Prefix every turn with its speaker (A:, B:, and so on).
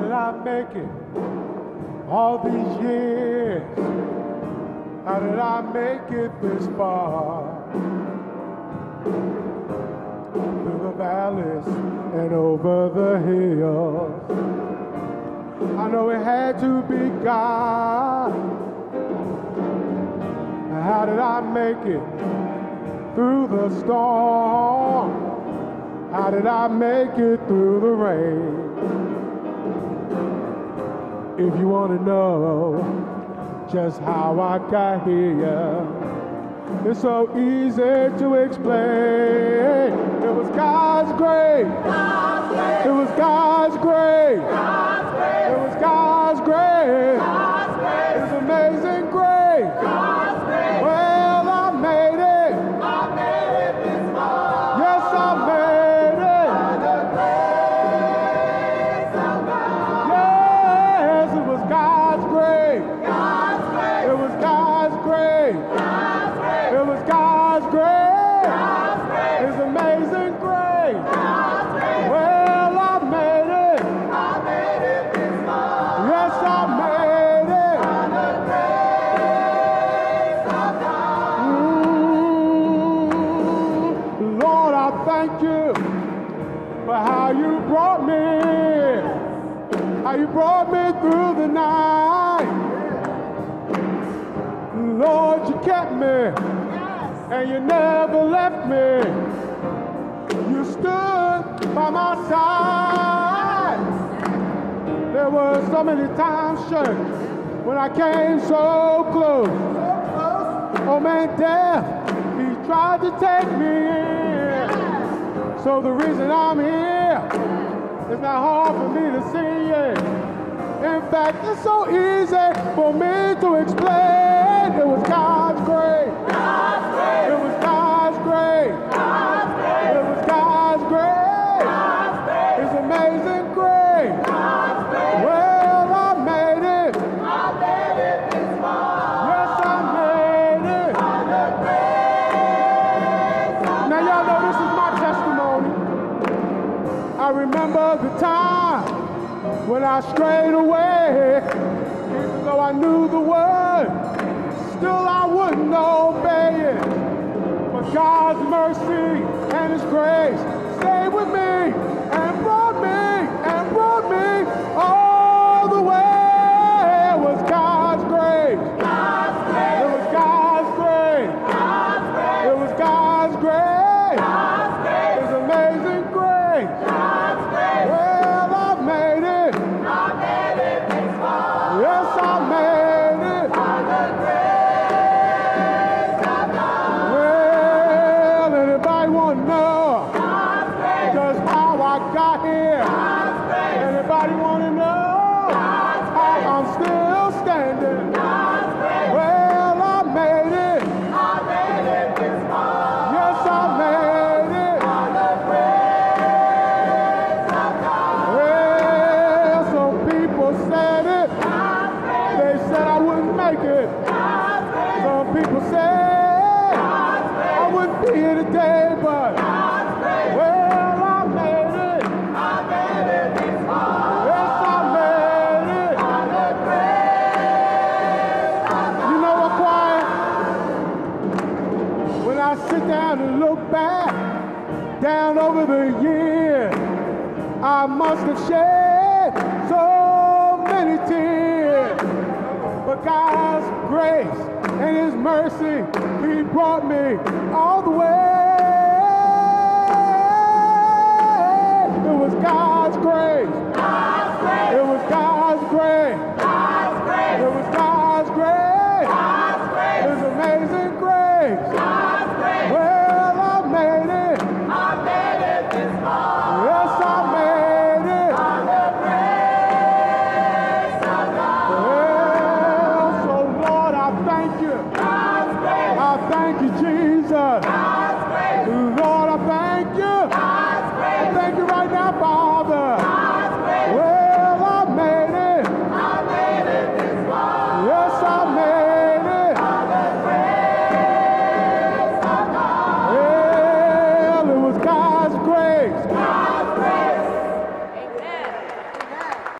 A: did I make it all these years? How did I make it this far? Through the valleys and over the hills. I know it had to be God. How did I make it through the storm? How did I make it through the rain? If you want to know just how I got here, it's so easy to explain. It was God's grace. It was God's grace. It was God's grace. It's amazing grace. Well, I made it. Yes, I made it. Yes, it was God's grace. It was God's grace. It was God's grace. It's amazing grace. Well, I made it. Yes, I made it. Mm, Lord, I thank you for how you brought me, how you brought me through the night. Lord, you kept me and you never left me. You stood by my side. There were so many times, church, when I came so close. Oh man, death, he tried to take me in. So the reason I'm here is not hard for me to see it. In fact, it's so easy for me to explain. It was God's grace. It was God's grace. It was God's grace. It's amazing grace. Well, I made it. Yes, I made it. Now, y'all know this is my testimony. I remember the time when I strayed away. Even though I knew the word, still I wouldn't obey it. But God's mercy and His grace stayed with me and brought me and brought me all the way. It was God's grace. It was God's grace. It was God's grace. His amazing grace. Well, I made it. Yes, I made it. Well, anybody want to know just how I got here? Anybody want to know how I'm still standing? Well, I made it. Yes, I made it. Well, some people said it. They said I wouldn't make it. Some people said I wouldn't be here today, but well, I made it. Yes, I made it. You know what, choir? When I sit down and look back, down over the years, I must have shed so many tears. But God's grace and His mercy, He brought me all the way. It was God's grace. It was God's grace. It was God's grace. His amazing grace.